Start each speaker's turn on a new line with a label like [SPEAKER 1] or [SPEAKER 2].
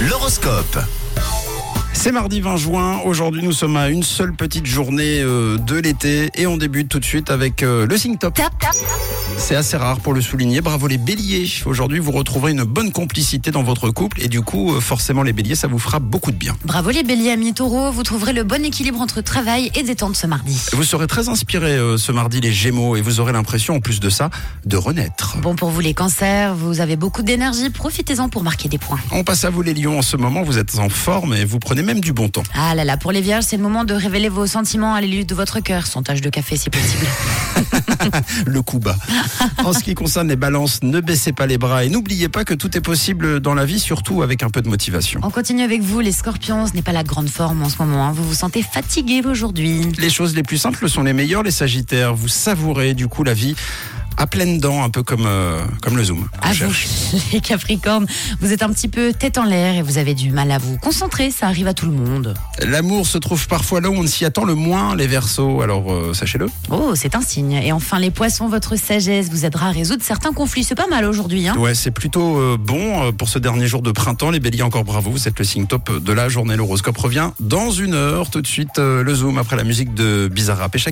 [SPEAKER 1] L'horoscope.
[SPEAKER 2] C'est mardi 20 juin, aujourd'hui nous sommes à une seule petite journée euh, de l'été et on débute tout de suite avec euh, le signe top. C'est assez rare pour le souligner, bravo les béliers. Aujourd'hui vous retrouverez une bonne complicité dans votre couple et du coup euh, forcément les béliers ça vous fera beaucoup de bien.
[SPEAKER 3] Bravo les béliers amis taureaux, vous trouverez le bon équilibre entre travail et détente ce mardi.
[SPEAKER 2] Vous serez très inspiré euh, ce mardi les gémeaux et vous aurez l'impression en plus de ça de renaître.
[SPEAKER 3] Bon pour vous les cancers, vous avez beaucoup d'énergie, profitez-en pour marquer des points.
[SPEAKER 2] On passe à vous les lions en ce moment, vous êtes en forme et vous prenez même du bon temps.
[SPEAKER 3] Ah là là, pour les vierges, c'est le moment de révéler vos sentiments à l'élu de votre cœur, sondage de café si possible.
[SPEAKER 2] le coup bas. En ce qui concerne les balances, ne baissez pas les bras et n'oubliez pas que tout est possible dans la vie, surtout avec un peu de motivation.
[SPEAKER 3] On continue avec vous les scorpions, ce n'est pas la grande forme en ce moment, hein. vous vous sentez fatigué aujourd'hui.
[SPEAKER 2] Les choses les plus simples sont les meilleures, les sagittaires. Vous savourez du coup la vie à pleines dents, un peu comme, euh, comme le zoom.
[SPEAKER 3] À
[SPEAKER 2] Je cherche.
[SPEAKER 3] vous les capricornes, vous êtes un petit peu tête en l'air et vous avez du mal à vous concentrer, ça arrive à tout le monde.
[SPEAKER 2] L'amour se trouve parfois là où on ne s'y attend le moins, les versos, alors euh, sachez-le.
[SPEAKER 3] Oh, c'est un signe. Et enfin les poissons, votre sagesse vous aidera à résoudre certains conflits, c'est pas mal aujourd'hui. Hein
[SPEAKER 2] Ouais, c'est plutôt euh, bon euh, pour ce dernier jour de printemps. Les béliers, encore bravo, vous êtes le signe top de la journée. L'horoscope revient dans une heure. Tout de suite, euh, le zoom après la musique de Bizarre Rap et Shakira.